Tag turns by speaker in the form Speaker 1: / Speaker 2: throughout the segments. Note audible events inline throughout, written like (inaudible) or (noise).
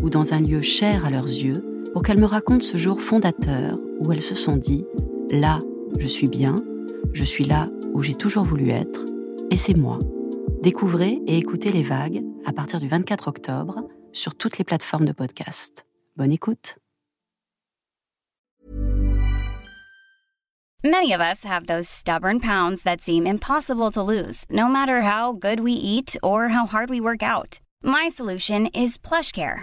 Speaker 1: ou dans un lieu cher à leurs yeux pour qu'elles me racontent ce jour fondateur où elles se sont dit ⁇ Là, je suis bien, je suis là où j'ai toujours voulu être, et c'est moi ⁇ Découvrez et écoutez les vagues à partir du 24 octobre sur toutes les plateformes de podcast. Bonne écoute
Speaker 2: Many of us have those stubborn pounds that seem impossible to lose, no matter how good we eat or how hard we work out. My solution is PlushCare.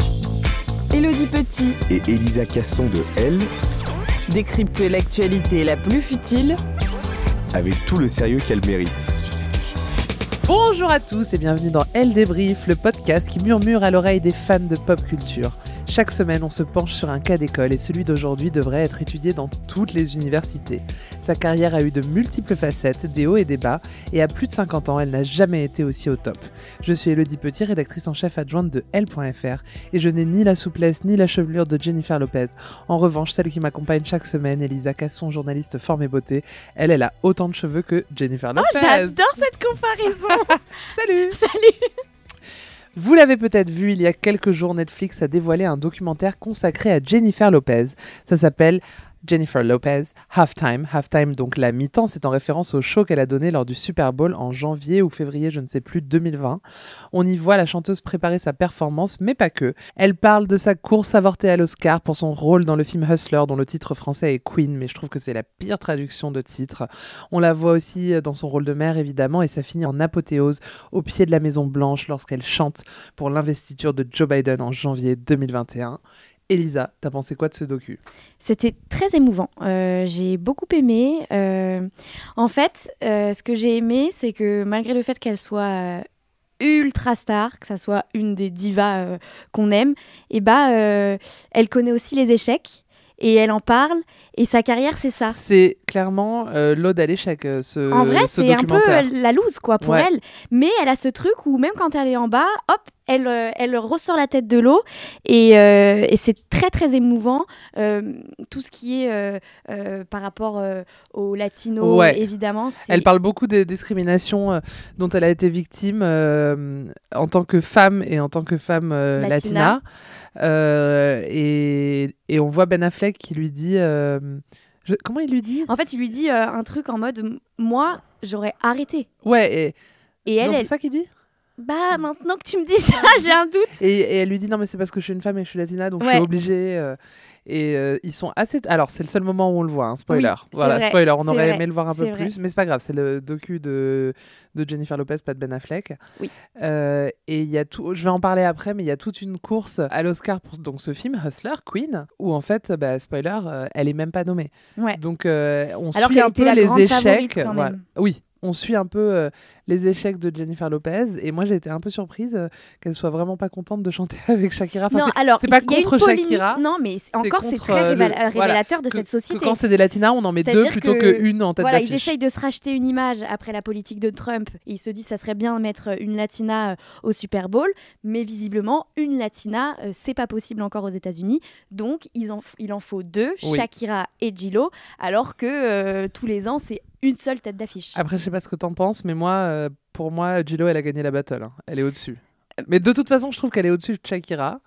Speaker 3: Elodie Petit
Speaker 4: et Elisa Casson de Elle
Speaker 3: décryptent l'actualité la plus futile
Speaker 4: avec tout le sérieux qu'elle mérite.
Speaker 5: Bonjour à tous et bienvenue dans Elle débrief, le podcast qui murmure à l'oreille des fans de pop culture. Chaque semaine, on se penche sur un cas d'école et celui d'aujourd'hui devrait être étudié dans toutes les universités. Sa carrière a eu de multiples facettes, des hauts et des bas, et à plus de 50 ans, elle n'a jamais été aussi au top. Je suis Elodie Petit, rédactrice en chef adjointe de L.fr, et je n'ai ni la souplesse ni la chevelure de Jennifer Lopez. En revanche, celle qui m'accompagne chaque semaine, Elisa Casson, journaliste forme et beauté, elle, elle a autant de cheveux que Jennifer Lopez.
Speaker 6: Oh, j'adore cette comparaison
Speaker 5: Salut
Speaker 6: Salut
Speaker 5: vous l'avez peut-être vu, il y a quelques jours, Netflix a dévoilé un documentaire consacré à Jennifer Lopez. Ça s'appelle Jennifer Lopez, Halftime. Halftime, donc la mi-temps, c'est en référence au show qu'elle a donné lors du Super Bowl en janvier ou février, je ne sais plus, 2020. On y voit la chanteuse préparer sa performance, mais pas que. Elle parle de sa course avortée à l'Oscar pour son rôle dans le film Hustler, dont le titre français est Queen, mais je trouve que c'est la pire traduction de titre. On la voit aussi euh, dans son rôle de mère, évidemment, et ça finit en apothéose au pied de la Maison Blanche lorsqu'elle chante pour l'investiture de Joe Biden en janvier 2021. Elisa, t'as pensé quoi de ce docu
Speaker 6: C'était très émouvant. Euh, j'ai beaucoup aimé. Euh, en fait, euh, ce que j'ai aimé, c'est que malgré le fait qu'elle soit euh, ultra star, que ça soit une des divas euh, qu'on aime, et eh bah, elle connaît aussi les échecs et elle en parle. Et sa carrière, c'est ça.
Speaker 5: C'est clairement euh, l'ode à l'échec, euh, ce
Speaker 6: Ah. En vrai,
Speaker 5: ce
Speaker 6: c'est un peu la loose, quoi, pour ouais. elle. Mais elle a ce truc où même quand elle est en bas, hop, elle, euh, elle ressort la tête de l'eau. Et, euh, et c'est très, très émouvant. euh, tout ce qui est euh, par rapport aux latinos,
Speaker 5: Ouais.
Speaker 6: évidemment. c'est-
Speaker 5: Elle parle beaucoup des discriminations euh, dont elle a été victime euh, en tant que femme et en tant que femme euh, latina.
Speaker 6: Latina.
Speaker 5: Euh, et, et on voit Ben Affleck qui lui dit... euh, je- comment il lui dit
Speaker 6: En fait, il lui dit euh, un truc en mode M- Moi, j'aurais arrêté.
Speaker 5: Ouais, et,
Speaker 6: Et elle,
Speaker 5: non, c'est
Speaker 6: elle-
Speaker 5: ça qu'il dit
Speaker 6: Bah, maintenant que tu me dis ça, (laughs) j'ai un doute.
Speaker 5: et, et elle lui dit non mais c'est parce que je suis une femme et que je suis latina donc je suis
Speaker 6: Ouais.
Speaker 5: obligée euh, et euh, ils sont assez alors c'est le seul moment où on le voit hein, spoiler
Speaker 6: Oui, c'est
Speaker 5: voilà
Speaker 6: vrai,
Speaker 5: spoiler on
Speaker 6: c'est
Speaker 5: aurait
Speaker 6: vrai,
Speaker 5: aimé le voir un peu
Speaker 6: c'est vrai.
Speaker 5: plus mais c'est pas grave c'est le docu de de Jennifer Lopez pas de Ben Affleck
Speaker 6: Oui.
Speaker 5: Euh, et il y a tout je vais en parler après mais il y a toute une course à l'Oscar pour donc ce film Hustler Queen où en fait bah, spoiler euh, elle est même pas nommée
Speaker 6: Ouais.
Speaker 5: donc euh, on
Speaker 6: Alors
Speaker 5: suit
Speaker 6: qu'elle
Speaker 5: un
Speaker 6: était
Speaker 5: peu
Speaker 6: la
Speaker 5: les
Speaker 6: grande favorite,
Speaker 5: échecs
Speaker 6: quand
Speaker 5: voilà.
Speaker 6: même.
Speaker 5: oui on suit un peu euh, les échecs de Jennifer Lopez. Et moi, j'ai été un peu surprise euh, qu'elle soit vraiment pas contente de chanter (laughs) avec Shakira. Enfin,
Speaker 6: non,
Speaker 5: c'est-
Speaker 6: alors,
Speaker 5: c'est pas
Speaker 6: il y a une
Speaker 5: contre
Speaker 6: polémique.
Speaker 5: Shakira,
Speaker 6: Non, mais c'est-
Speaker 5: c'est
Speaker 6: encore, c'est
Speaker 5: contre,
Speaker 6: très
Speaker 5: euh, le-
Speaker 6: révéla-
Speaker 5: voilà,
Speaker 6: révélateur de
Speaker 5: que-
Speaker 6: cette
Speaker 5: que
Speaker 6: société.
Speaker 5: quand c'est des latinas, on en met deux
Speaker 6: C'est-à-dire
Speaker 5: plutôt
Speaker 6: que-
Speaker 5: que, une en tête
Speaker 6: Voilà, ils
Speaker 5: d'affiche.
Speaker 6: essayent de se racheter une image après la politique de Trump. Et ils se disent, ça serait bien de mettre une latina euh, au Super Bowl, mais visiblement, une latina, euh, c'est pas possible encore aux États-Unis. Donc, ils en f- il en faut deux,
Speaker 5: Oui.
Speaker 6: Shakira et Gillo, alors que euh, tous les ans, c'est une seule tête d'affiche.
Speaker 5: Après, je sais pas ce que t'en penses, mais moi, euh, pour moi, Gillo, elle a gagné la battle. hein. Elle est au-dessus. Mais de toute façon, je trouve qu'elle est au-dessus de Shakira.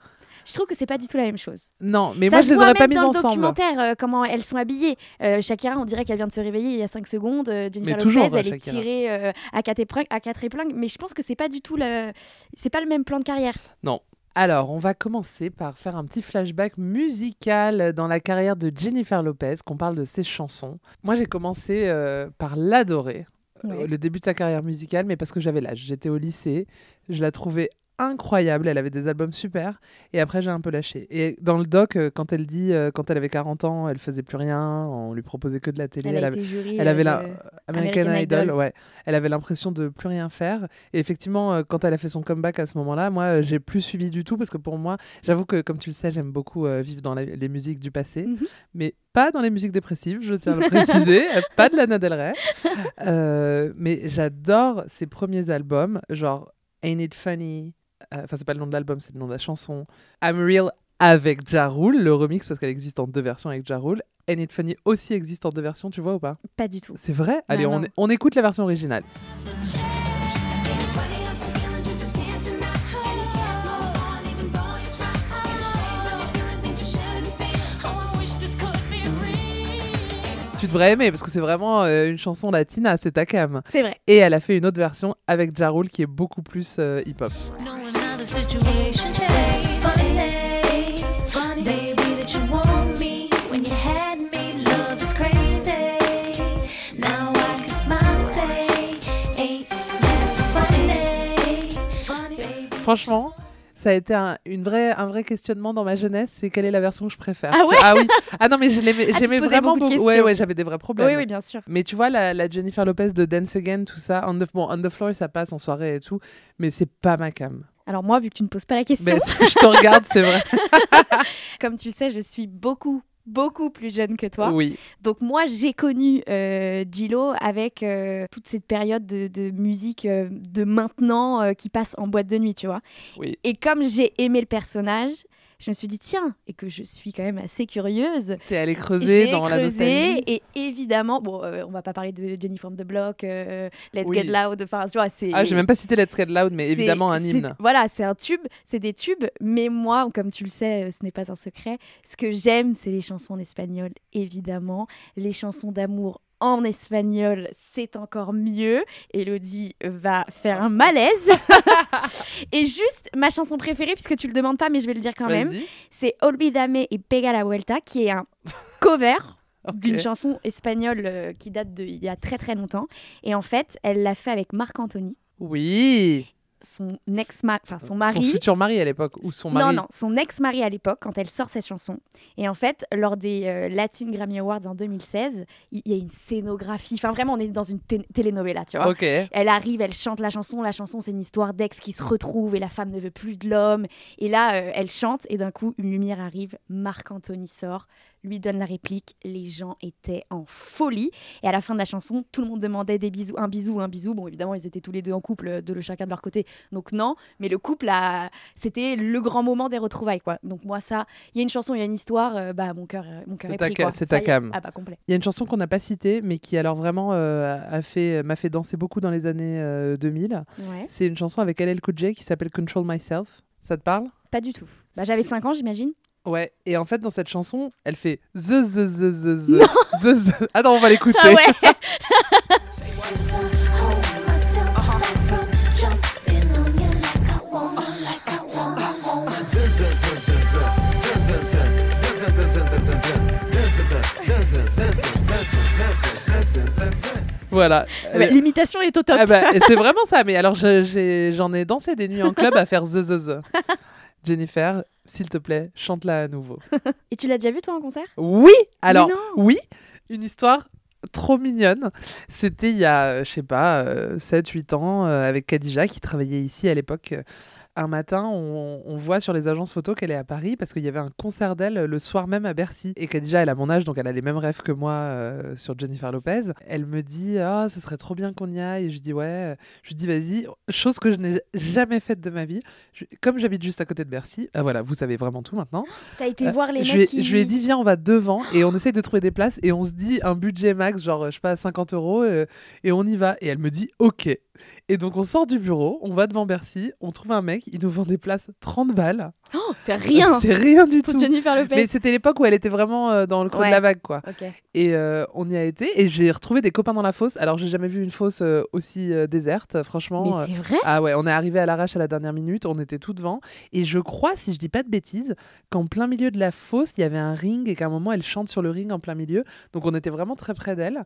Speaker 6: Je trouve que c'est pas du tout la même chose.
Speaker 5: Non, mais
Speaker 6: Ça
Speaker 5: moi,
Speaker 6: se
Speaker 5: je les
Speaker 6: voit
Speaker 5: aurais pas
Speaker 6: même
Speaker 5: mises
Speaker 6: dans
Speaker 5: ensemble.
Speaker 6: le documentaire, euh, comment elles sont habillées. Euh, Shakira, on dirait qu'elle vient de se réveiller il y a 5 secondes. Euh, Jennifer
Speaker 5: Mais toujours,
Speaker 6: Lopez,
Speaker 5: hein,
Speaker 6: elle est
Speaker 5: Shakira.
Speaker 6: tirée euh, à quatre épingles. à quatre épingles, Mais je pense que c'est pas du tout le, c'est pas le même plan de carrière.
Speaker 5: Alors, on va commencer par faire un petit flashback musical dans la carrière de Jennifer Lopez, qu'on parle de ses chansons. Moi, j'ai commencé euh, par l'adorer, euh,
Speaker 6: Ouais.
Speaker 5: le début de sa carrière musicale, mais parce que j'avais l'âge. J'étais au lycée, je la trouvais incroyable, elle avait des albums super, et après, j'ai un peu lâché. Et dans le doc, euh, quand elle dit, euh, quand elle avait 40 ans, elle faisait plus rien, on lui proposait que de la télé,
Speaker 6: Elle,
Speaker 5: elle
Speaker 6: a
Speaker 5: avait-
Speaker 6: été jurée.
Speaker 5: elle avait
Speaker 6: euh,
Speaker 5: la
Speaker 6: de-
Speaker 5: American,
Speaker 6: American
Speaker 5: Idol,
Speaker 6: Idol.
Speaker 5: ouais. Elle avait l'impression de plus rien faire. Et effectivement, euh, quand elle a fait son comeback à ce moment-là, moi, euh, j'ai plus suivi du tout parce que pour moi, j'avoue que, comme tu le sais, j'aime beaucoup euh, vivre dans la- les musiques du passé,
Speaker 6: Mhm.
Speaker 5: mais pas dans les musiques dépressives, je tiens à le
Speaker 6: (laughs)
Speaker 5: préciser, euh, pas de Lana Del Rey. Euh, mais j'adore ses premiers albums, genre Ain't It Funny. euh, Enfin, c'est pas le nom de l'album, c'est le nom de la chanson. I'm Real avec Ja Rule, le remix parce qu'elle existe en deux versions avec Ja Rule. Ain't It Funny aussi existe en deux versions, tu vois ou pas
Speaker 6: Pas du tout.
Speaker 5: c'est vrai Allez, on,
Speaker 6: Bah non.
Speaker 5: on écoute la version originale. Tu devrais aimer parce que c'est vraiment euh, une chanson latina, c'est ta cam.
Speaker 6: C'est vrai.
Speaker 5: Et elle a fait une autre version avec Ja Rule qui est beaucoup plus euh, hip-hop. Franchement, ça a été un, une vraie, un vrai questionnement dans ma jeunesse, c'est quelle est la version que je préfère.
Speaker 6: Ah
Speaker 5: tu vois. ah oui. Ah non mais je l'aimais-
Speaker 6: Ah, tu te
Speaker 5: j'aimais
Speaker 6: posais
Speaker 5: vraiment
Speaker 6: beaucoup de
Speaker 5: beaucoup. Ouais
Speaker 6: questions.
Speaker 5: ouais, j'avais des vrais problèmes.
Speaker 6: Oui, oui, bien sûr.
Speaker 5: Mais tu vois, la, la Jennifer Lopez de Dance Again, tout ça, on the, bon, on the floor, ça passe en soirée et tout, mais c'est pas ma cam.
Speaker 6: Alors moi, vu que tu ne poses pas la question,
Speaker 5: Mais (laughs) je te regarde, c'est vrai.
Speaker 6: comme tu sais, je suis beaucoup, beaucoup plus jeune que (laughs) toi.
Speaker 5: Oui.
Speaker 6: Donc moi, j'ai connu euh, Gillo avec euh, toute cette période de, de musique euh, de maintenant euh, qui passe en boîte de nuit, tu vois.
Speaker 5: Oui.
Speaker 6: Et comme j'ai aimé le personnage, je me suis dit tiens, et que je suis quand même assez curieuse.
Speaker 5: T'es allée creuser
Speaker 6: J'ai
Speaker 5: dans la nostalgie.
Speaker 6: creusé et évidemment, bon, euh, on va pas parler de Jenny from the Block, euh, Let's
Speaker 5: Oui.
Speaker 6: Get Loud, enfin, tu vois, c'est.
Speaker 5: Ah, j'ai même pas cité Let's Get Loud, mais
Speaker 6: c'est-
Speaker 5: évidemment un
Speaker 6: c'est-
Speaker 5: hymne.
Speaker 6: Voilà, c'est un tube, c'est des tubes, mais moi, comme tu le sais, euh, ce n'est pas un secret. Ce que j'aime, c'est les chansons en espagnol, évidemment. Les chansons d'amour en espagnol, c'est encore mieux. Elodie va faire
Speaker 5: (laughs)
Speaker 6: un malaise. et juste ma chanson préférée, puisque tu le demandes pas, mais je vais le dire quand même,
Speaker 5: Vas-y.
Speaker 6: c'est Olvidame et Pega la Vuelta, qui
Speaker 5: (laughs)
Speaker 6: est un cover
Speaker 5: Ok.
Speaker 6: d'une chanson espagnole euh, qui date d'il y a très très longtemps. Et en fait, elle l'a fait avec Marc Anthony,
Speaker 5: Oui.
Speaker 6: son ex-mari, enfin son mari.
Speaker 5: Euh, Son futur mari à l'époque. Ou son mari.
Speaker 6: Non, non, son ex-mari à l'époque, quand elle sort cette chanson. Et en fait, lors des euh, Latin Grammy Awards en 2016, il il y a une scénographie. Enfin, vraiment, on est dans une té- telenovela, tu vois.
Speaker 5: Ok.
Speaker 6: Elle arrive, elle chante la chanson. La chanson, c'est une histoire d'ex qui se retrouve et la femme ne veut plus de l'homme. Et là, euh, elle chante et d'un coup, une lumière arrive. Marc-Anthony sort, lui donne la réplique. Les gens étaient en folie. Et à la fin de la chanson, tout le monde demandait des bisous, un bisou, un bisou. Bon, évidemment, ils étaient tous les deux en couple, euh, de le chacun de leur côté. Donc non, mais le couple, a... c'était le grand moment des retrouvailles, quoi. Donc moi, ça, il y a une chanson, il y a une histoire. euh, bah, mon cœur, euh, mon cœur
Speaker 5: C'est
Speaker 6: est
Speaker 5: ta
Speaker 6: pris,
Speaker 5: ca-
Speaker 6: quoi.
Speaker 5: c'est ta
Speaker 6: Ça y est.
Speaker 5: cam.
Speaker 6: Ah bah complet.
Speaker 5: Il y a une chanson qu'on n'a pas citée, mais qui alors vraiment euh, a fait, m'a fait danser beaucoup dans les années euh, 2000.
Speaker 6: Ouais.
Speaker 5: C'est une chanson avec LL Cool J qui s'appelle Control Myself. Ça te parle
Speaker 6: Pas du tout. Bah, j'avais
Speaker 5: C'est-
Speaker 6: 5 ans, j'imagine.
Speaker 5: Ouais. Et en fait, dans cette chanson, elle fait the the the the the. the, the. Attends, on va l'écouter.
Speaker 6: Ah (laughs) ouais.
Speaker 5: (laughs) Voilà. Elle
Speaker 6: Ouais,
Speaker 5: est-
Speaker 6: L'imitation est au top.
Speaker 5: Ah bah, et c'est vraiment ça. Mais alors, je- j'ai- j'en ai dansé des nuits en club à faire the the
Speaker 6: (laughs)
Speaker 5: the. Jennifer, s'il te plaît, chante-la à nouveau.
Speaker 6: Et tu l'as déjà vu toi en concert
Speaker 5: Oui. Alors,
Speaker 6: non.
Speaker 5: oui, une histoire trop mignonne. C'était il y a, euh, je sais pas, 7-8 ans, euh, avec Khadija, qui travaillait ici à l'époque. Euh, Un matin, on, on voit sur les agences photos qu'elle est à Paris parce qu'il y avait un concert d'elle euh, le soir même à Bercy. Et Khadija, elle a mon âge, donc elle a les mêmes rêves que moi euh, sur Jennifer Lopez. Elle me dit Ah, ce serait trop bien qu'on y aille. Et je dis Ouais. Je lui dis Vas-y. Chose que je n'ai jamais faite de ma vie. Je- comme j'habite juste à côté de Bercy, ah, voilà, vous savez vraiment tout maintenant.
Speaker 6: T'as été
Speaker 5: Euh,
Speaker 6: voir les
Speaker 5: je
Speaker 6: mecs
Speaker 5: lui ai-
Speaker 6: qui...
Speaker 5: Je lui ai dit, viens, on va devant et on essaye de trouver des places et on se dit un budget max, genre, je sais pas, 50 euros euh, et on y va. Et elle me dit, ok. Et donc, on sort du bureau, on va devant Bercy, on trouve un mec, il nous vend des places 30 balles.
Speaker 6: Oh, c'est rien
Speaker 5: (laughs) C'est rien du
Speaker 6: pour
Speaker 5: tout.
Speaker 6: Jennifer Lopez.
Speaker 5: Mais c'était l'époque où elle était vraiment euh, dans le creux
Speaker 6: Ouais.
Speaker 5: de la vague, quoi.
Speaker 6: Ok.
Speaker 5: Et euh, on y a été et j'ai retrouvé des copains dans la fosse. Alors, j'ai jamais vu une fosse euh, aussi euh, déserte, franchement. euh,
Speaker 6: Mais c'est vrai
Speaker 5: ah ouais, on est arrivé à l'arrache à la dernière minute, on était tout devant. Et je crois, si je dis pas de bêtises, qu'en plein milieu de la fosse, il y avait un ring et qu'à un moment, elle chante sur le ring en plein milieu. Donc on était vraiment très près d'elle.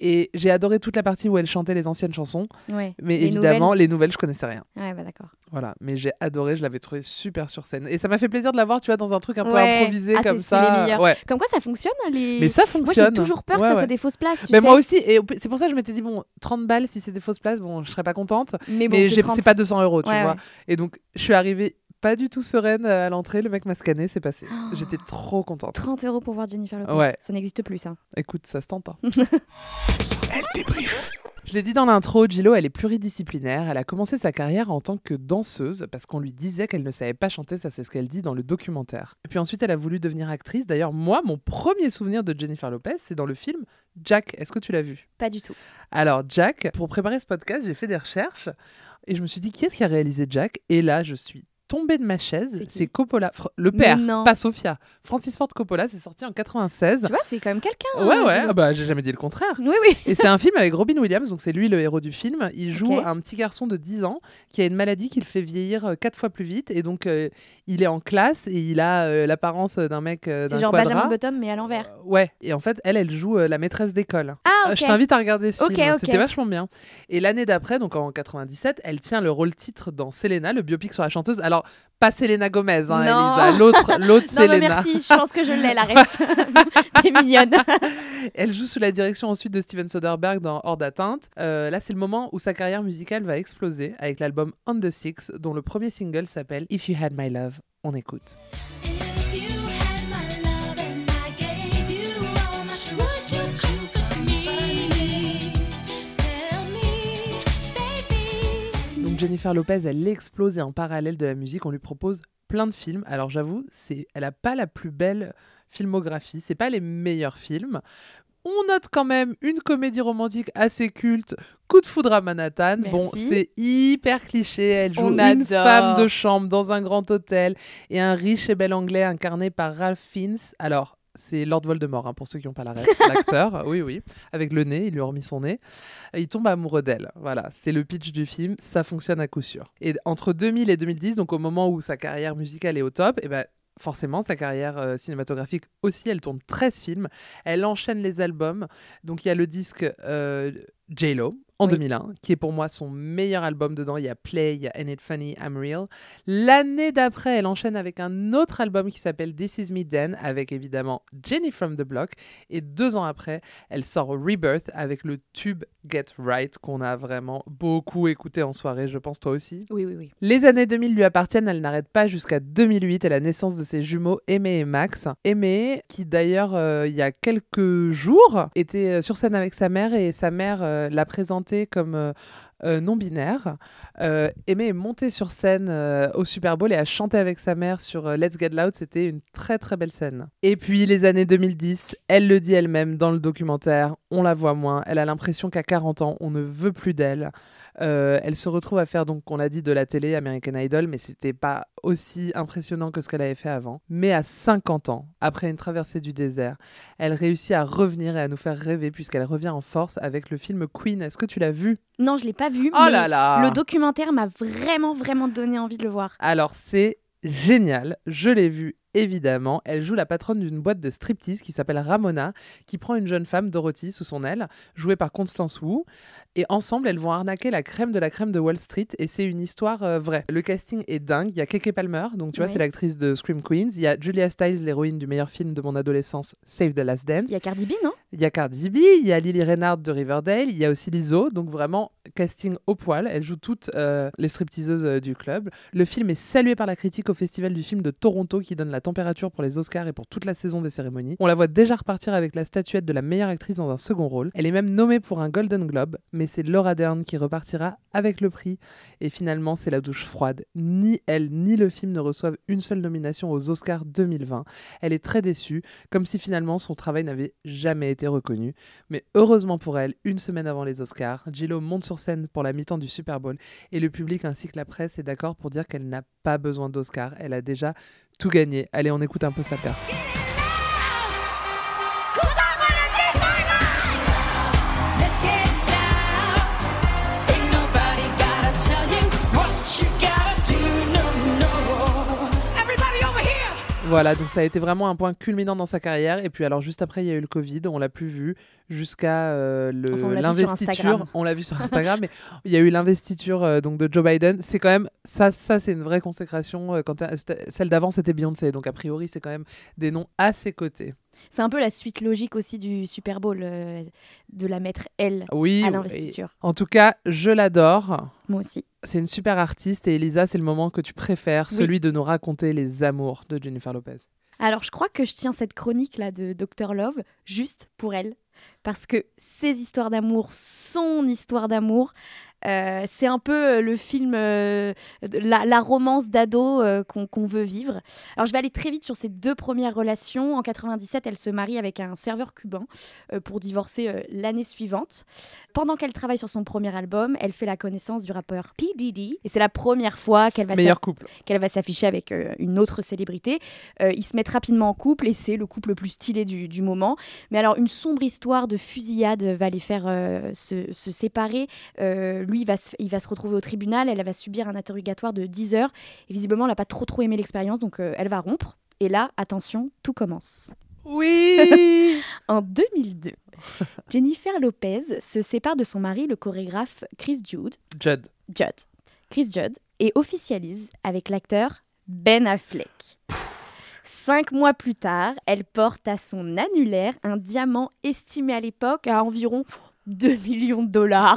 Speaker 5: Et j'ai adoré toute la partie où elle chantait les anciennes chansons.
Speaker 6: Ouais.
Speaker 5: euh, Mais
Speaker 6: Les
Speaker 5: évidemment, les nouvelles, je connaissais rien.
Speaker 6: nouvelles Ouais, bah d'accord.
Speaker 5: Voilà, mais j'ai adoré, je l'avais trouvé super sur scène. Et ça m'a fait plaisir de la voir, tu vois, dans un truc un peu
Speaker 6: Ouais.
Speaker 5: improvisé
Speaker 6: Ah, c'est-
Speaker 5: comme
Speaker 6: c'est les
Speaker 5: ça.
Speaker 6: meilleurs.
Speaker 5: ouais.
Speaker 6: Comme quoi ça fonctionne hein, les...
Speaker 5: Mais ça
Speaker 6: Moi
Speaker 5: fonctionne.
Speaker 6: j'ai toujours peur
Speaker 5: Ouais,
Speaker 6: que ça
Speaker 5: ouais.
Speaker 6: soit des fausses places, tu
Speaker 5: mais
Speaker 6: sais.
Speaker 5: moi aussi, et c'est pour ça que je m'étais dit, bon, 30 balles, si c'est des fausses places, bon, je serais pas contente
Speaker 6: mais bon,
Speaker 5: mais j'ai-
Speaker 6: c'est 30.
Speaker 5: c'est pas 200 euros, tu
Speaker 6: Ouais,
Speaker 5: vois.
Speaker 6: ouais.
Speaker 5: Et donc, je suis arrivée pas du tout sereine euh, à l'entrée. Le mec m'a scanné, c'est passé.
Speaker 6: Oh.
Speaker 5: J'étais trop contente.
Speaker 6: 30 euros pour voir Jennifer Lopez.
Speaker 5: Ouais.
Speaker 6: Ça n'existe plus, ça.
Speaker 5: Écoute, ça se tente. hein.
Speaker 4: Elle débrief.
Speaker 5: Je l'ai dit dans l'intro, Gillo, elle est pluridisciplinaire. Elle a commencé sa carrière en tant que danseuse parce qu'on lui disait qu'elle ne savait pas chanter, ça c'est ce qu'elle dit dans le documentaire. Et puis ensuite, elle a voulu devenir actrice. D'ailleurs, moi, mon premier souvenir de Jennifer Lopez, c'est dans le film Jack. Est-ce que tu l'as vu
Speaker 6: Pas du tout.
Speaker 5: Alors, Jack, pour préparer ce podcast, j'ai fait des recherches et je me suis dit qui est-ce qui a réalisé Jack Et là, je suis tombée de ma chaise.
Speaker 6: C'est qui
Speaker 5: C'est Coppola, Fr- le
Speaker 6: Mais
Speaker 5: père,
Speaker 6: non.
Speaker 5: pas Sofia. Francis Ford Coppola, c'est sorti en 96.
Speaker 6: Tu vois, c'est quand même quelqu'un.
Speaker 5: ouais,
Speaker 6: hein,
Speaker 5: ouais,
Speaker 6: dis
Speaker 5: ah
Speaker 6: donc.
Speaker 5: bah j'ai jamais dit le
Speaker 6: (laughs)
Speaker 5: contraire.
Speaker 6: Oui, oui.
Speaker 5: Et c'est un film avec Robin Williams, donc c'est lui le héros du film. Il joue
Speaker 6: Ok.
Speaker 5: un petit garçon de 10 ans qui a une maladie qui le fait vieillir euh, quatre fois plus vite. Et donc euh, il est en classe et il a euh, l'apparence d'un mec euh, d'un
Speaker 6: C'est genre
Speaker 5: quadra.
Speaker 6: Benjamin Bottom, mais à l'envers.
Speaker 5: Euh, ouais. Et en fait, elle, elle joue euh, la maîtresse d'école.
Speaker 6: Ah,
Speaker 5: Euh,
Speaker 6: ok.
Speaker 5: Je t'invite à regarder ce
Speaker 6: Ok,
Speaker 5: film, hein.
Speaker 6: ok.
Speaker 5: c'était vachement bien. Et l'année d'après, donc en 97, elle tient le rôle titre dans Selena, le biopic sur la chanteuse. Alors, pas Selena Gomez, hein,
Speaker 6: Non.
Speaker 5: Elisa,
Speaker 6: (laughs)
Speaker 5: l'autre, l'autre
Speaker 6: Non, non,
Speaker 5: Selena.
Speaker 6: merci. Je pense que je l'ai, la ref.
Speaker 5: (laughs)
Speaker 6: T'es mignonne.
Speaker 5: Elle joue sous la direction ensuite de Steven Soderbergh dans Hors d'atteinte. Euh, là, c'est le moment où sa carrière musicale va exploser avec l'album On the Six, dont le premier single s'appelle If You Had My Love. On écoute. Donc Jennifer Lopez, elle explose et en parallèle de la musique, on lui propose plein de films. Alors j'avoue, c'est, elle a pas la plus belle filmographie, c'est pas les meilleurs films. On note quand même une comédie romantique assez culte, Coup de foudre à Manhattan.
Speaker 6: Merci.
Speaker 5: Bon, c'est hyper cliché. Elle joue
Speaker 6: On
Speaker 5: une
Speaker 6: adore.
Speaker 5: femme de chambre dans un grand hôtel et un riche et bel anglais incarné par Ralph Fiennes. Alors, c'est Lord Voldemort, hein, pour ceux qui n'ont pas la ref, (laughs) l'acteur. Oui, oui. Avec le nez, il lui a remis son nez. Et Il tombe amoureux d'elle. Voilà, c'est le pitch du film. Ça fonctionne à coup sûr. Et entre 2000 et 2010, donc au moment où sa carrière musicale est au top, et ben forcément, sa carrière euh, cinématographique aussi, elle tourne 13 films. Elle enchaîne les albums. Donc il y a le disque euh, J-Lo en 2001, qui est pour moi son meilleur album dedans. Il y a Play, il y a Ain't It Funny, I'm Real. L'année d'après, elle enchaîne avec un autre album qui s'appelle This Is Me Then, avec évidemment Jenny from the Block. Et deux ans après, elle sort Rebirth avec le tube Get Right, qu'on a vraiment beaucoup écouté en soirée, je pense toi aussi.
Speaker 6: Oui, oui, oui.
Speaker 5: Les années 2000 lui appartiennent, elle n'arrête pas jusqu'à 2008 et la naissance de ses jumeaux Aimé et Max. Aimé, qui d'ailleurs, euh, il y a quelques jours, était euh, sur scène avec sa mère et sa mère euh, l'a présenté comme euh, euh, non-binaire. Euh, Aimé est monté sur scène euh, au Super Bowl et a chanté avec sa mère sur euh, Let's Get Loud. C'était une très très belle scène. Et puis les années 2010, elle le dit elle-même dans le documentaire, on la voit moins. Elle a l'impression qu'à 40 ans, on ne veut plus d'elle. Euh, elle se retrouve à faire, donc, on l'a dit, de la télé American Idol, mais c'était pas aussi impressionnant que ce qu'elle avait fait avant. Mais à 50 ans, après une traversée du désert, elle réussit à revenir et à nous faire rêver, puisqu'elle revient en force avec le film Queen. Est-ce que tu l'as vu
Speaker 6: Non, je l'ai pas vu.
Speaker 5: Oh
Speaker 6: mais
Speaker 5: là là
Speaker 6: Le documentaire m'a vraiment, vraiment donné envie de le voir.
Speaker 5: Alors c'est génial, je l'ai vu évidemment. Elle joue la patronne d'une boîte de striptease qui s'appelle Ramona, qui prend une jeune femme, Dorothy, sous son aile, jouée par Constance Wu. Et ensemble, elles vont arnaquer la crème de la crème de Wall Street et c'est une histoire euh, vraie. Le casting est dingue, il y a Keke Palmer, donc tu vois
Speaker 6: Ouais.
Speaker 5: c'est l'actrice de Scream Queens, il y a Julia Stiles, l'héroïne du meilleur film de mon adolescence, Save the Last Dance.
Speaker 6: Il y a Cardi B, non
Speaker 5: Il Il y a Cardi B, il y a Lily Reinhardt de Riverdale, il y a aussi Lizzo, donc vraiment casting au poil. Elles jouent toutes euh, les stripteaseuses euh, du club. Le film est salué par la critique au Festival du film de Toronto qui donne la température pour les Oscars et pour toute la saison des cérémonies. On la voit déjà repartir avec la statuette de la meilleure actrice dans un second rôle. Elle est même nommée pour un Golden Globe, mais c'est Laura Dern qui repartira avec le prix. Et finalement, c'est la douche froide. Ni elle ni le film ne reçoivent une seule nomination aux Oscars 2020. Elle est très déçue, comme si finalement son travail n'avait jamais été reconnu. Mais heureusement pour elle, une semaine avant les Oscars, Gillo monte sur scène pour la mi-temps du Super Bowl et le public ainsi que la presse est d'accord pour dire qu'elle n'a pas besoin d'Oscar. Elle a déjà tout gagné. Allez, on écoute un peu sa perte. Voilà, donc ça a été vraiment un point culminant dans sa carrière. Et puis alors juste après, il y a eu le Covid, on l'a plus vu jusqu'à euh, le-
Speaker 6: Enfin, on l'a vu sur
Speaker 5: l'investiture.
Speaker 6: Instagram.
Speaker 5: on l'a vu sur Instagram, mais il y a eu l'investiture euh, donc de Joe Biden. C'est quand même ça, ça c'est une vraie consécration. euh, quand t'as- c'était- celle d'avant c'était Beyoncé, donc a priori c'est quand même des noms à ses côtés.
Speaker 6: C'est un peu la suite logique aussi du Super Bowl, euh, de la mettre elle
Speaker 5: Oui.
Speaker 6: à
Speaker 5: oui.
Speaker 6: l'investiture.
Speaker 5: En tout cas, je l'adore.
Speaker 6: Moi aussi.
Speaker 5: C'est une super artiste et Elisa, c'est le moment que tu préfères,
Speaker 6: Oui.
Speaker 5: celui de nous raconter les amours de Jennifer Lopez.
Speaker 6: Alors, je crois que je tiens cette chronique là de Dr Love juste pour elle, parce que ses histoires d'amour, son histoire d'amour, euh, c'est un peu euh, le film, euh, de- la, la romance d'ado euh, qu'on qu'on veut vivre. Alors, je vais aller très vite sur ses deux premières relations. En 97, elle se marie avec un serveur cubain euh, pour divorcer euh, l'année suivante. Pendant qu'elle travaille sur son premier album, elle fait la connaissance du rappeur P. Diddy, et c'est la première fois qu'elle va s'attaquer
Speaker 5: Meilleur
Speaker 6: (laughs)
Speaker 5: couple.
Speaker 6: qu'elle va s'afficher avec euh, une autre célébrité. Euh, ils se mettent rapidement en couple et c'est le couple le plus stylé du, du moment. Mais alors, une sombre histoire de fusillade va les faire euh, se, se séparer. Euh, lui, il va, se, il va se retrouver au tribunal. Elle va subir un interrogatoire de 10 heures. Et visiblement, elle n'a pas trop, trop aimé l'expérience, donc euh, elle va rompre. Et là, attention, tout commence. (laughs)
Speaker 5: Oui.
Speaker 6: En 2002, Jennifer Lopez se sépare de son mari, le chorégraphe Chris Jude,
Speaker 5: Judd.
Speaker 6: Judd, Chris Judd, et officialise avec l'acteur Ben Affleck. Cinq mois plus tard, elle porte à son annulaire un diamant estimé à l'époque à environ 2 millions de dollars.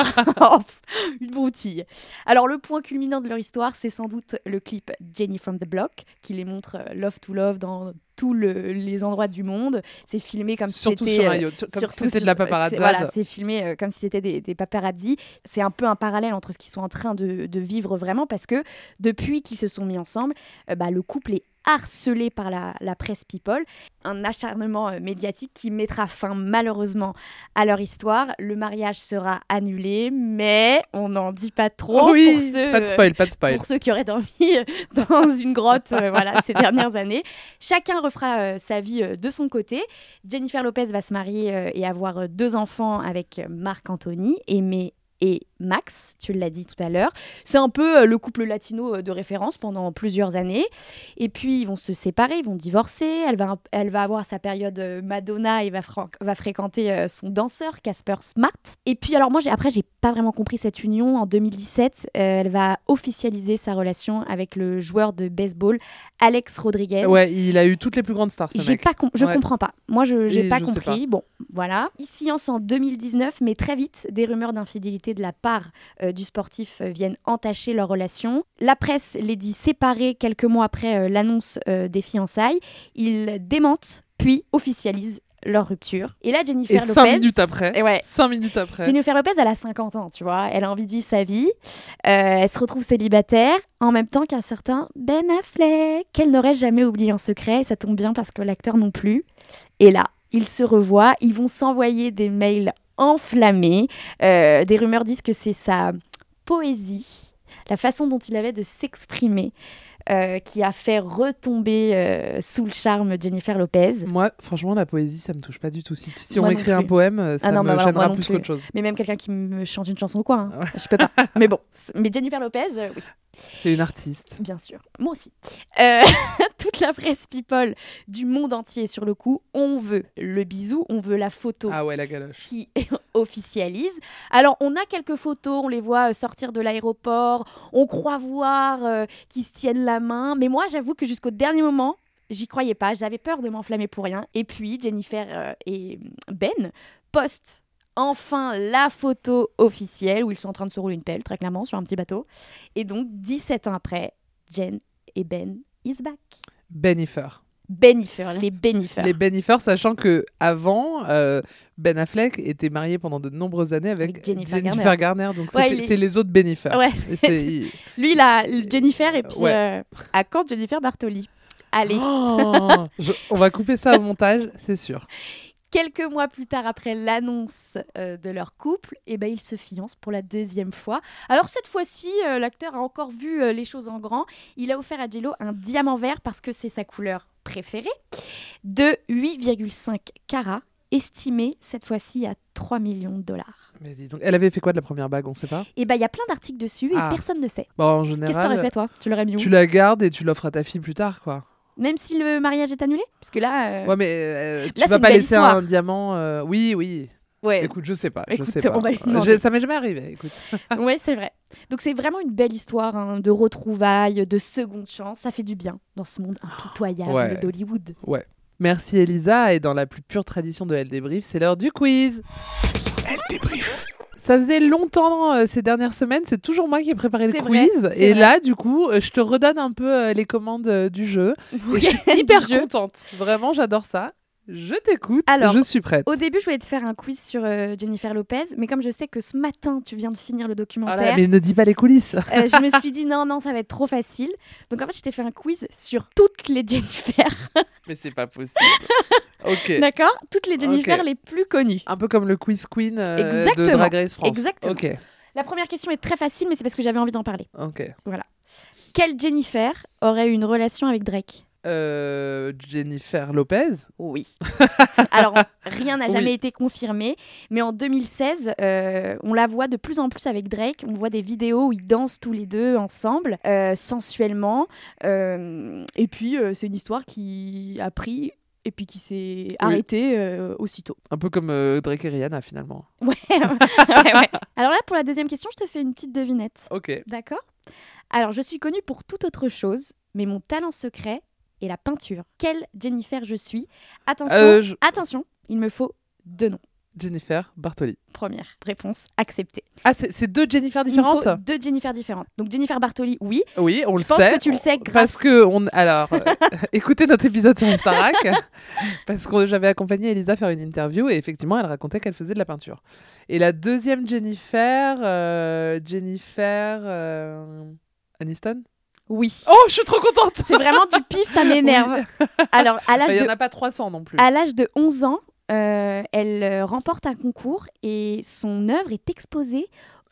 Speaker 6: (laughs) Une broutille. Alors, le point culminant de leur histoire, c'est sans doute le clip Jenny from the Block, qui les montre euh, Love to Love dans tous le- les endroits du monde. C'est filmé comme si
Speaker 5: Surtout
Speaker 6: c'était,
Speaker 5: sur un
Speaker 6: euh,
Speaker 5: yacht, sur- comme si
Speaker 6: Surtout
Speaker 5: c'était de
Speaker 6: sur-
Speaker 5: la
Speaker 6: c'est-
Speaker 5: paparazzade.
Speaker 6: euh, Voilà, c'est filmé euh, comme si c'était des, des paparazzis. C'est un peu un parallèle entre ce qu'ils sont en train de, de vivre vraiment parce que depuis qu'ils se sont mis ensemble, euh, bah, le couple est harcelé par la, la presse People, un acharnement euh, médiatique qui mettra fin malheureusement à leur histoire. Le mariage sera annulé, mais on n'en dit pas trop
Speaker 5: (laughs) Oh oui,
Speaker 6: pour ceux
Speaker 5: pas de
Speaker 6: euh,
Speaker 5: spoil, pas de spoil.
Speaker 6: pour ceux qui auraient dormi euh, (laughs) dans une grotte euh, voilà, ces dernières années. Chacun refera euh, sa vie euh, de son côté. Jennifer Lopez va se marier euh, et avoir euh, deux enfants avec euh, Marc Anthony, Aimé et Max, tu l'as dit tout à l'heure. C'est un peu euh, le couple latino euh, de référence pendant plusieurs années. Et puis, ils vont se séparer, ils vont divorcer. Elle va, elle va avoir sa période euh, Madonna et va, fran- va fréquenter euh, son danseur, Casper Smart. Et puis, alors moi, j'ai- après, j'ai pas vraiment compris cette union. En 2017, euh, elle va officialiser sa relation avec le joueur de baseball, Alex Rodriguez.
Speaker 5: Ouais, il a eu toutes les plus grandes stars, ce
Speaker 6: J'ai
Speaker 5: mec.
Speaker 6: pas com- je
Speaker 5: Ouais.
Speaker 6: comprends pas. Moi, je
Speaker 5: Et
Speaker 6: j'ai pas
Speaker 5: je sais
Speaker 6: compris. Bon, voilà. Ils se fiancent en 2019, mais très vite, des rumeurs d'infidélité de la part euh, du sportif euh, viennent entacher leur relation. La presse les dit séparés quelques mois après euh, l'annonce euh, des fiançailles. Ils démentent, puis officialisent leur rupture. Et là, Jennifer
Speaker 5: Et
Speaker 6: Lopez.
Speaker 5: cinq minutes après.
Speaker 6: Et ouais.
Speaker 5: Cinq minutes après.
Speaker 6: Jennifer Lopez, elle a 50 ans, tu vois. Elle a envie de vivre sa vie. Euh, elle se retrouve célibataire en même temps qu'un certain Ben Affleck, qu'elle n'aurait jamais oublié en secret. Ça tombe bien parce que l'acteur non plus. Et là, ils se revoient. Ils vont s'envoyer des mails enflammés. Euh, des rumeurs disent que c'est sa poésie, la façon dont il avait de s'exprimer. euh, qui a fait retomber euh, sous le charme Jennifer Lopez.
Speaker 5: Moi, franchement, la poésie, ça me touche pas du tout. Si, si
Speaker 6: Moi
Speaker 5: on
Speaker 6: non
Speaker 5: écrit un
Speaker 6: plus.
Speaker 5: poème, euh, ça
Speaker 6: non,
Speaker 5: me
Speaker 6: bah voilà,
Speaker 5: gênera
Speaker 6: moi non
Speaker 5: plus
Speaker 6: plus.
Speaker 5: qu'autre chose.
Speaker 6: Mais même quelqu'un qui me chante une chanson ou quoi, hein.
Speaker 5: Ouais.
Speaker 6: je peux pas. Mais bon, c'est- mais Jennifer Lopez, euh, oui,
Speaker 5: C'est une artiste.
Speaker 6: bien sûr. Moi aussi. Euh, (laughs) toute la presse people du monde entier est sur le coup, on veut le bisou, on veut la photo
Speaker 5: Ah ouais, la galoche.
Speaker 6: qui (laughs) officialise. Alors, on a quelques photos, on les voit euh, sortir de l'aéroport, on croit voir euh, qu'ils se tiennent la main, mais moi, j'avoue que jusqu'au dernier moment, j'y croyais pas, j'avais peur de m'enflammer pour rien. Et puis Jennifer euh, et Ben postent enfin la photo officielle où ils sont en train de se rouler une pelle, très clairement, sur un petit bateau. Et donc 17 ans après, Jen et Ben is back.
Speaker 5: Benifer.
Speaker 6: Benifer, les Benifer.
Speaker 5: Les Benifer, sachant que avant, euh, Ben Affleck était marié pendant de nombreuses années avec,
Speaker 6: Avec Jennifer
Speaker 5: Garner. donc
Speaker 6: Ouais,
Speaker 5: c'était-
Speaker 6: il est-
Speaker 5: c'est les autres Benifer.
Speaker 6: Ouais.
Speaker 5: Et (laughs) c'est- il-
Speaker 6: Lui, il a le Jennifer et puis
Speaker 5: Ouais.
Speaker 6: euh, à quand Jennifer Bartoli Allez.
Speaker 5: Oh, je- on va couper ça au montage, c'est sûr.
Speaker 6: Quelques mois plus tard, après l'annonce euh, de leur couple, eh ben, ils se fiancent pour la deuxième fois. Alors cette fois-ci, euh, l'acteur a encore vu euh, les choses en grand. Il a offert à Jello un diamant vert parce que c'est sa couleur préférée, de 8,5 carats, estimé cette fois-ci à 3 millions de dollars.
Speaker 5: Mais dis donc, elle avait fait quoi de la première bague On sait pas.
Speaker 6: Et ben il y a plein d'articles dessus et
Speaker 5: Ah.
Speaker 6: personne ne sait.
Speaker 5: Bon, en
Speaker 6: Qu'est-ce que t'aurais
Speaker 5: général,
Speaker 6: fait toi Tu l'aurais mis où
Speaker 5: tu la gardes et tu l'offres à ta fille plus tard, quoi.
Speaker 6: Même si le mariage est annulé Parce que là, euh,
Speaker 5: Ouais, mais euh, tu
Speaker 6: Là, c'est
Speaker 5: vas
Speaker 6: une
Speaker 5: pas
Speaker 6: belle
Speaker 5: laisser
Speaker 6: histoire.
Speaker 5: un diamant. euh, Oui, oui.
Speaker 6: ouais,
Speaker 5: Écoute, je sais pas.
Speaker 6: Écoute,
Speaker 5: je sais pas.
Speaker 6: on va lui
Speaker 5: Euh,
Speaker 6: demander.
Speaker 5: j'ai- ça m'est jamais arrivé. Écoute.
Speaker 6: Ouais, c'est vrai. Donc c'est vraiment une belle histoire hein, de retrouvailles, de seconde chance. Ça fait du bien dans ce monde impitoyable
Speaker 5: Ouais.
Speaker 6: d'Hollywood.
Speaker 5: Merci Elisa. Et dans la plus pure tradition de Elle débrief, c'est l'heure du quiz.
Speaker 4: Elle débrief.
Speaker 5: Ça faisait longtemps euh, ces dernières semaines, c'est toujours moi qui ai préparé le
Speaker 6: C'est vrai,
Speaker 5: quiz.
Speaker 6: c'est
Speaker 5: Et
Speaker 6: vrai.
Speaker 5: là, du coup, euh, je te redonne un peu euh, les commandes euh, du
Speaker 6: (laughs)
Speaker 5: jeu. Et je suis hyper contente. Vraiment, j'adore ça. Je t'écoute.
Speaker 6: Alors,
Speaker 5: je suis prête.
Speaker 6: Au début, je voulais te faire un quiz sur euh, Jennifer Lopez, mais comme je sais que ce matin, tu viens de finir
Speaker 5: Oh
Speaker 6: le
Speaker 5: là
Speaker 6: documentaire,
Speaker 5: là, mais ne dis pas les coulisses.
Speaker 6: euh, je me suis dit non, non, ça va être trop facile. Donc en fait, je t'ai fait un quiz sur toutes les Jennifer,
Speaker 5: (laughs) Mais c'est pas (laughs) possible. ok.
Speaker 6: d'accord Toutes les Jennifer
Speaker 5: Ok.
Speaker 6: les plus connues.
Speaker 5: Un peu comme le quiz queen euh, de
Speaker 6: Exactement.
Speaker 5: Drag Race France.
Speaker 6: Exactement.
Speaker 5: Ok.
Speaker 6: La première question est très facile, mais c'est parce que j'avais envie d'en parler.
Speaker 5: Ok.
Speaker 6: Quelle Jennifer aurait eu une relation avec Drake
Speaker 5: Euh, Jennifer Lopez.
Speaker 6: (laughs) Oui. Alors, rien n'a
Speaker 5: Oui.
Speaker 6: jamais été confirmé, mais en 2016, euh, on la voit de plus en plus avec Drake. On voit des vidéos où ils dansent tous les deux ensemble, euh, sensuellement. Euh, et puis, euh, c'est une histoire qui a pris et puis qui s'est arrêtée euh, aussitôt.
Speaker 5: Un peu comme euh, Drake et Rihanna finalement.
Speaker 6: Ouais, (laughs) ouais, ouais. Alors là, pour la deuxième question, je te fais une petite devinette.
Speaker 5: Ok.
Speaker 6: D'accord Alors, je suis connue pour toute autre chose, mais mon talent secret est la peinture. Quelle Jennifer je suis Attention,
Speaker 5: Euh, je-
Speaker 6: attention, il me faut deux noms.
Speaker 5: Jennifer Bartoli.
Speaker 6: Première réponse acceptée.
Speaker 5: Ah, c'est c'est deux Jennifer
Speaker 6: Il me faut
Speaker 5: différentes
Speaker 6: deux Jennifer différentes. Donc Jennifer Bartoli, oui.
Speaker 5: Oui, on
Speaker 6: Je
Speaker 5: le
Speaker 6: pense
Speaker 5: sait.
Speaker 6: que tu le sais grâce-
Speaker 5: Parce que on alors euh, (laughs) écoutez notre épisode sur Starac (laughs) parce que j'avais accompagné Elisa faire une interview et effectivement elle racontait qu'elle faisait de la peinture. Et la deuxième Jennifer euh, Jennifer euh, Aniston.
Speaker 6: Oui.
Speaker 5: Oh, je suis trop contente.
Speaker 6: (laughs) C'est vraiment du pif, ça m'énerve. (laughs) Alors,
Speaker 5: Bah,
Speaker 6: à l'âge
Speaker 5: Il n'y
Speaker 6: de, Ah.
Speaker 5: en a pas 300 non plus.
Speaker 6: à l'âge de 11 ans, euh, elle euh, remporte un concours et son œuvre est exposée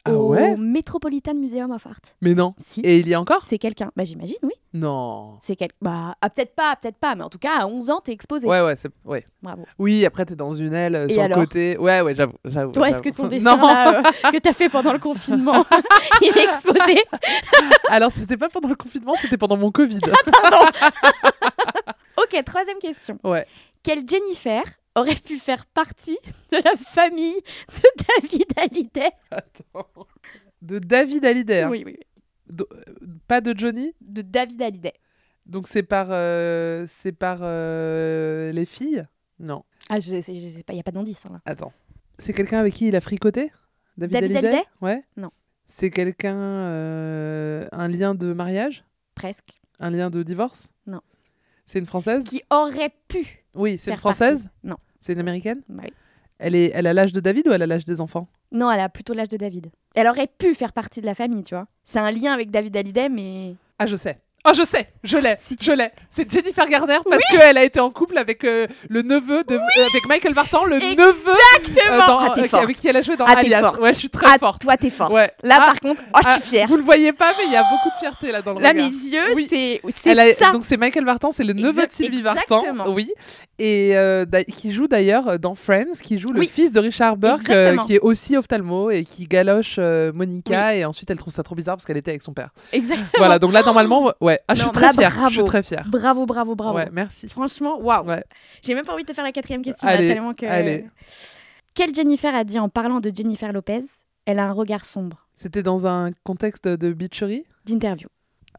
Speaker 5: Ah
Speaker 6: au
Speaker 5: ouais
Speaker 6: Metropolitan Museum of Art.
Speaker 5: Mais non.
Speaker 6: Si.
Speaker 5: Et il y a encore
Speaker 6: C'est quelqu'un, bah j'imagine, oui.
Speaker 5: Non.
Speaker 6: C'est quelqu'un. Bah, ah, peut-être pas, peut-être pas, mais en tout cas, à 11 ans, t'es exposé.
Speaker 5: Ouais ouais, c'est ouais.
Speaker 6: Bravo.
Speaker 5: Oui, après t'es dans une aile euh,
Speaker 6: Et
Speaker 5: sur le
Speaker 6: alors
Speaker 5: côté. Ouais ouais, j'avoue, j'avoue.
Speaker 6: Toi, est-ce que
Speaker 5: j'avoue. (laughs)
Speaker 6: ton dessin
Speaker 5: Non,
Speaker 6: là,
Speaker 5: Ah.
Speaker 6: euh, que t'as fait pendant le confinement, (laughs) il est exposé
Speaker 5: alors c'était pas pendant le confinement, c'était pendant mon Covid.
Speaker 6: Ah. Ok, troisième question.
Speaker 5: Ouais.
Speaker 6: Quelle Jennifer aurait pu faire partie de la famille de David Hallyday
Speaker 5: Attends. De David Hallyday. hein.
Speaker 6: Oui, oui, oui,
Speaker 5: Pas de Johnny
Speaker 6: de David Hallyday.
Speaker 5: Donc c'est par, euh, c'est par euh, les filles Non.
Speaker 6: Ah, je, sais- je sais pas, il y a pas d'indice hein, là.
Speaker 5: Attends. C'est quelqu'un avec qui il a fricoté David,
Speaker 6: David Hallyday
Speaker 5: Ouais.
Speaker 6: Non.
Speaker 5: C'est quelqu'un... euh, un lien de mariage
Speaker 6: Presque.
Speaker 5: Un lien de divorce
Speaker 6: Non.
Speaker 5: C'est une Française
Speaker 6: Qui aurait pu
Speaker 5: Oui, c'est une
Speaker 6: faire partie.
Speaker 5: Française
Speaker 6: Non.
Speaker 5: C'est une Américaine
Speaker 6: Bah oui.
Speaker 5: elle, est, elle a l'âge de David ou elle a l'âge des enfants
Speaker 6: Non, elle a plutôt l'âge de David. Elle aurait pu faire partie de la famille, tu vois. C'est un lien avec David Hallyday, mais.
Speaker 5: Ah, je sais ah je sais, je l'ai, je l'ai. C'est Jennifer Garner parce qu'elle a été en couple avec euh, le neveu de, euh, avec Michael Vartan, le
Speaker 6: Exactement.
Speaker 5: neveu euh, dans-
Speaker 6: Ah, t'es
Speaker 5: euh, qui-
Speaker 6: forte.
Speaker 5: avec qui elle a joué dans
Speaker 6: Ah, t'es
Speaker 5: Alias.
Speaker 6: forte.
Speaker 5: Ouais, je suis très
Speaker 6: Ah,
Speaker 5: forte.
Speaker 6: Toi, t'es fort.
Speaker 5: Ouais.
Speaker 6: Là,
Speaker 5: Ah,
Speaker 6: par contre, oh, je
Speaker 5: ah,
Speaker 6: suis fière.
Speaker 5: Vous le voyez pas, mais il y a beaucoup de fierté là dans le
Speaker 6: (laughs) Là, mes
Speaker 5: regard.
Speaker 6: yeux,
Speaker 5: Oui.
Speaker 6: c'est c'est
Speaker 5: Elle a-
Speaker 6: ça.
Speaker 5: donc c'est Michael Vartan, c'est le neveu de
Speaker 6: Exact-
Speaker 5: Sylvie
Speaker 6: exactement.
Speaker 5: Vartan, oui, et euh, d'a- qui joue d'ailleurs euh, dans Friends, qui joue le
Speaker 6: Oui.
Speaker 5: fils de Richard Burke, euh,
Speaker 6: Exactement.
Speaker 5: qui est aussi ophtalmo et qui galoche euh, Monica, et ensuite elle trouve ça trop bizarre parce qu'elle était avec son père. (laughs)
Speaker 6: Exactement.
Speaker 5: Voilà, donc là normalement, ouais, ah, je
Speaker 6: Non,
Speaker 5: suis
Speaker 6: mais
Speaker 5: très
Speaker 6: là,
Speaker 5: fière, je suis
Speaker 6: bravo.
Speaker 5: très fière.
Speaker 6: Bravo, bravo, bravo.
Speaker 5: Ouais, merci.
Speaker 6: Franchement, waouh.
Speaker 5: Ouais.
Speaker 6: J'ai même pas envie de te faire la quatrième question, là,
Speaker 5: Allez,
Speaker 6: tellement que.
Speaker 5: allez.
Speaker 6: Quelle Jennifer a dit en parlant de Jennifer Lopez Elle a un regard sombre.
Speaker 5: C'était dans un contexte de bitcherie
Speaker 6: D'interview.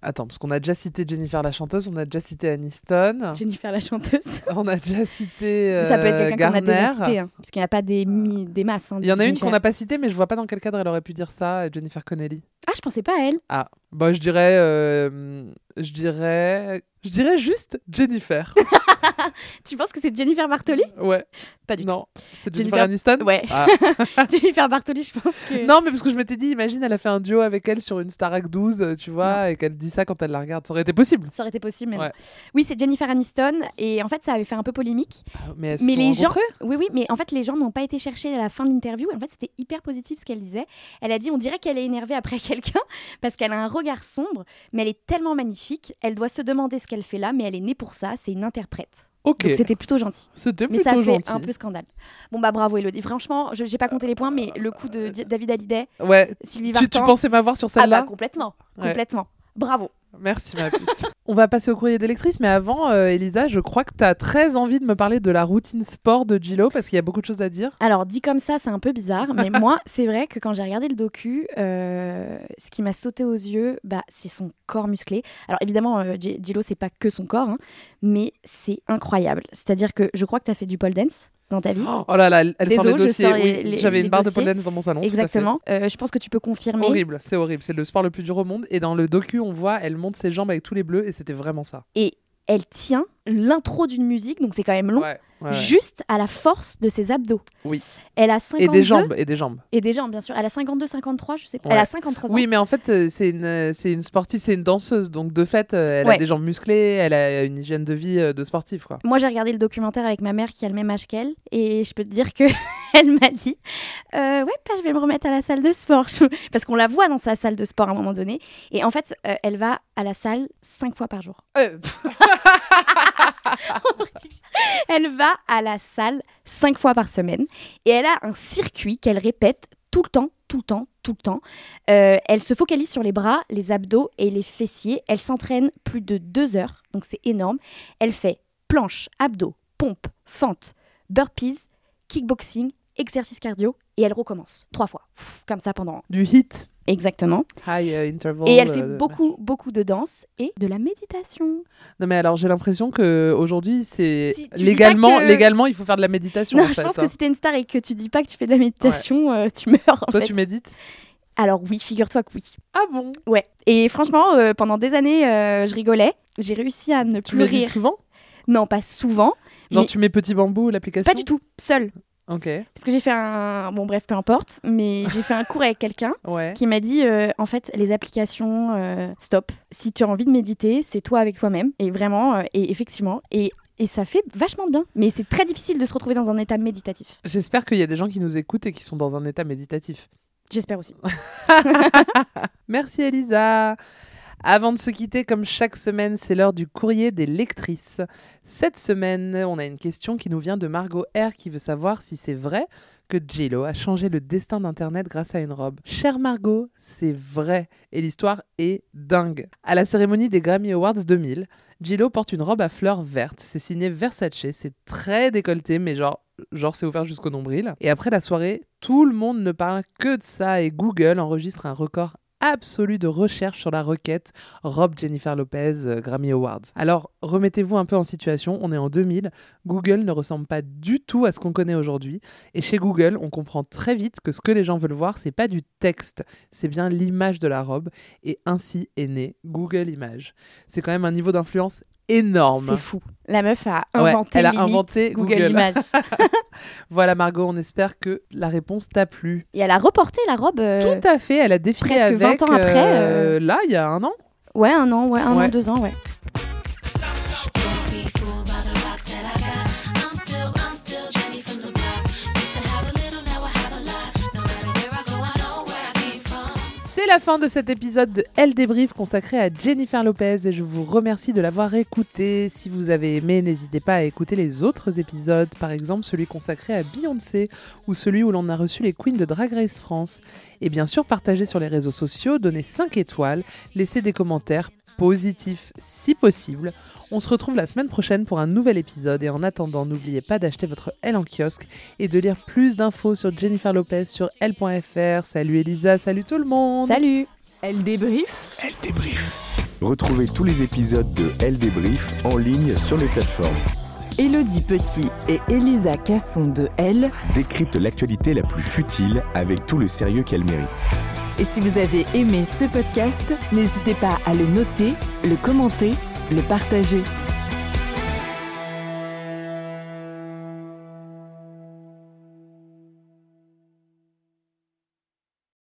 Speaker 5: Attends, parce qu'on a déjà cité Jennifer la chanteuse, on a déjà cité Aniston,
Speaker 6: Jennifer la chanteuse.
Speaker 5: (laughs) on a déjà cité Ah. euh,
Speaker 6: ça peut être quelqu'un qu'on a déjà
Speaker 5: Garner.
Speaker 6: cité, hein, parce qu'il n'y a pas des, mi- des masses. hein,
Speaker 5: Il y en a une
Speaker 6: Jennifer.
Speaker 5: qu'on n'a pas citée, mais je vois pas dans quel cadre elle aurait pu dire ça, euh, Jennifer Connelly.
Speaker 6: Ah, je pensais pas à elle.
Speaker 5: Ah, bah je dirais, euh, je dirais, je dirais juste
Speaker 6: (laughs)
Speaker 5: Jennifer.
Speaker 6: Tu penses que c'est Jennifer Bartoli
Speaker 5: Ouais.
Speaker 6: Pas du
Speaker 5: non. C'est Jennifer,
Speaker 6: Jennifer-
Speaker 5: Aniston.
Speaker 6: Ouais.
Speaker 5: Ah.
Speaker 6: (laughs)
Speaker 5: (laughs)
Speaker 6: Jennifer Bartoli, je pense que.
Speaker 5: Non, mais parce que je m'étais dit, imagine, elle a fait un duo avec elle sur une Starac 12, euh, tu vois, et qu'elle dit ça quand elle la regarde. Ça aurait été possible.
Speaker 6: Ça aurait été possible, mais non.
Speaker 5: Ouais.
Speaker 6: Oui, c'est Jennifer Aniston. Et en fait, ça avait fait un peu polémique.
Speaker 5: Mais, elles se
Speaker 6: Ah, Mais
Speaker 5: sont
Speaker 6: les gens-
Speaker 5: rencontrées
Speaker 6: Oui, oui, mais en fait, les gens n'ont pas été chercher à la fin de l'interview. Et En fait, c'était hyper positif ce qu'elle disait. Elle a dit on dirait qu'elle est énervée après (laughs) quelqu'un parce qu'elle a un regard sombre, mais elle est tellement magnifique. Elle doit se demander ce qu'elle fait là, mais elle est née pour ça. C'est une interprète.
Speaker 5: Ok.
Speaker 6: Donc, c'était plutôt gentil.
Speaker 5: C'était
Speaker 6: Mais ça a
Speaker 5: plutôt
Speaker 6: fait
Speaker 5: gentil.
Speaker 6: un peu scandale. Bon, bah bravo, Elodie. Franchement, je j'ai pas compté les points, mais le coup de Di- David Hallyday,
Speaker 5: Ouais.
Speaker 6: Sylvie
Speaker 5: Tu, tu
Speaker 6: Vartan.
Speaker 5: pensais m'avoir sur
Speaker 6: ah, bah
Speaker 5: celle-là
Speaker 6: complètement.
Speaker 5: Ouais.
Speaker 6: Complètement. Bravo.
Speaker 5: Merci, ma puce. (laughs) On va passer au courrier d'électrice, mais avant, euh, Elisa, je crois que tu as très envie de me parler de la routine sport de Gilo, parce qu'il y a beaucoup de choses à dire.
Speaker 6: Alors, dit comme ça, c'est un peu
Speaker 5: (laughs)
Speaker 6: bizarre, mais moi, c'est vrai que quand j'ai regardé le docu, euh, ce qui m'a sauté aux yeux, bah, c'est son corps musclé. Alors, évidemment, euh, J- J.Lo, c'est pas que son corps, hein, mais c'est incroyable. C'est-à-dire que je crois que tu as fait du pole dance dans ta vie.
Speaker 5: Oh là là, elle elle sort les
Speaker 6: Désolée, je
Speaker 5: dossiers.
Speaker 6: sors les-
Speaker 5: oui.
Speaker 6: les-
Speaker 5: J'avais une
Speaker 6: les
Speaker 5: barre
Speaker 6: dossiers.
Speaker 5: de pole dance dans mon salon. Ah tout à fait.
Speaker 6: Exactement. Euh, je pense que tu peux confirmer.
Speaker 5: Horrible, c'est horrible. C'est le sport le plus dur au monde. Et dans le docu, on voit, elle monte ses jambes avec tous les bleus, et c'était vraiment ça.
Speaker 6: Et elle tient l'intro d'une musique, donc c'est quand même long,
Speaker 5: Ouais, ouais, ouais.
Speaker 6: juste à la force de ses abdos.
Speaker 5: Oui.
Speaker 6: Elle a
Speaker 5: Et
Speaker 6: 52.
Speaker 5: des jambes, et des jambes.
Speaker 6: Et des jambes, bien sûr. Elle a 52, 53, je sais pas.
Speaker 5: Ouais.
Speaker 6: Elle a 53 ans.
Speaker 5: Oui, mais en fait, euh, c'est une, euh, c'est une sportive, c'est une danseuse. Donc, de fait, euh, elle a
Speaker 6: Ouais.
Speaker 5: des jambes musclées, elle a une hygiène de vie euh, de sportive, quoi.
Speaker 6: Moi, j'ai regardé le documentaire avec ma mère qui a le même âge qu'elle, et je peux te dire que (laughs) elle m'a dit Euh, Ouais, pas, je vais me remettre à la salle de sport. (laughs) Parce qu'on la voit dans sa salle de sport à un moment donné. Et en fait, euh, elle va à la salle cinq fois par jour. Euh, pff. elle va à la salle cinq fois par semaine, et elle a un circuit qu'elle répète tout le temps, tout le temps, tout le temps. Euh, elle se focalise sur les bras, les abdos et les fessiers. Elle s'entraîne plus de deux heures, donc c'est énorme. Elle fait planche, abdos, pompe, fente, burpees, kickboxing, exercice cardio et elle recommence trois fois, Pff, comme ça pendant
Speaker 5: Du hit,
Speaker 6: exactement.
Speaker 5: high euh, interval.
Speaker 6: et elle fait
Speaker 5: euh,
Speaker 6: beaucoup, beaucoup de danse et de la méditation.
Speaker 5: Non, mais alors, j'ai l'impression que aujourd'hui, c'est
Speaker 6: Si, tu dis pas
Speaker 5: légalement,
Speaker 6: que-
Speaker 5: légalement, il faut faire de la méditation.
Speaker 6: Non,
Speaker 5: en
Speaker 6: je
Speaker 5: fait,
Speaker 6: pense
Speaker 5: hein.
Speaker 6: que si t'es une star et que tu dis pas que tu fais de la méditation, euh, tu meurs. En
Speaker 5: Toi,
Speaker 6: fait.
Speaker 5: tu médites
Speaker 6: Alors oui, figure-toi que oui.
Speaker 5: Ah bon
Speaker 6: Ouais. Et franchement, euh, pendant des années, euh, je rigolais. J'ai réussi à ne
Speaker 5: Tu
Speaker 6: plus
Speaker 5: médites
Speaker 6: rire.
Speaker 5: souvent
Speaker 6: Non, pas souvent.
Speaker 5: Genre,
Speaker 6: Mais-
Speaker 5: tu mets Petit Bambou, l'application
Speaker 6: Pas du tout. Seule.
Speaker 5: Ok,
Speaker 6: Parce que j'ai fait un... Bon, bref, peu importe.
Speaker 5: (laughs)
Speaker 6: Mais j'ai fait un cours avec quelqu'un.
Speaker 5: ouais.
Speaker 6: qui m'a dit euh, en fait les applications euh, stop si tu as envie de méditer c'est toi avec toi-même et vraiment euh, et effectivement et et ça fait vachement bien mais c'est très difficile de se retrouver dans un état méditatif
Speaker 5: J'espère qu'il y a des gens qui nous écoutent et qui sont dans un état méditatif.
Speaker 6: j'espère aussi
Speaker 5: Merci Elisa. Avant de se quitter, comme chaque semaine, c'est l'heure du courrier des lectrices. Cette semaine, on a une question qui nous vient de Margot R qui veut savoir si c'est vrai que Gillo a changé le destin d'Internet grâce à une robe. Chère Margot, c'est vrai et l'histoire est dingue. À la cérémonie des Grammy Awards 2000, Gillo porte une robe à fleurs vertes. C'est signé Versace. C'est très décolleté, mais genre, genre c'est ouvert jusqu'au nombril. Et après la soirée, tout le monde ne parle que de ça et Google enregistre un record absolu de recherche sur la requête robe Jennifer Lopez euh, Grammy Awards. Alors, remettez-vous un peu en situation, on est en 2000, Google ne ressemble pas du tout à ce qu'on connaît aujourd'hui et chez Google, on comprend très vite que ce que les gens veulent voir, c'est pas du texte, c'est bien l'image de la robe et ainsi est né Google Images. C'est quand même un niveau d'influence énorme.
Speaker 6: c'est fou la meuf a
Speaker 5: Ouais,
Speaker 6: inventé
Speaker 5: elle a
Speaker 6: limite
Speaker 5: inventé
Speaker 6: Google,
Speaker 5: Google.
Speaker 6: Images
Speaker 5: Voilà Margot, on espère que la réponse t'a plu.
Speaker 6: et elle a reporté la robe euh,
Speaker 5: Tout à fait, elle a défilé
Speaker 6: presque
Speaker 5: avec
Speaker 6: 20 ans après,
Speaker 5: euh, là il y a un an.
Speaker 6: ouais un an ouais un
Speaker 5: Ouais.
Speaker 6: an deux ans ouais
Speaker 5: C'est la fin de cet épisode de Elle débrief consacré à Jennifer Lopez et je vous remercie de l'avoir écouté. Si vous avez aimé, n'hésitez pas à écouter les autres épisodes, par exemple celui consacré à Beyoncé ou celui où l'on a reçu les queens de Drag Race France. Et bien sûr, partagez sur les réseaux sociaux, donnez 5 étoiles, laissez des commentaires positifs si possible. On se retrouve la semaine prochaine pour un nouvel épisode et en attendant, n'oubliez pas d'acheter votre Elle en kiosque et de lire plus d'infos sur Jennifer Lopez sur elle.fr. Salut Elisa, salut tout le monde.
Speaker 6: salut
Speaker 3: Elle débrief
Speaker 4: Elle débrief.
Speaker 7: Retrouvez tous les épisodes de Elle débrief en ligne sur les plateformes.
Speaker 5: Élodie Petit et Elisa Casson de Elle.
Speaker 7: Décrypte l'actualité la plus futile avec tout le sérieux qu'elle mérite.
Speaker 5: Et si vous avez aimé ce podcast, n'hésitez pas à le noter, le commenter, le partager.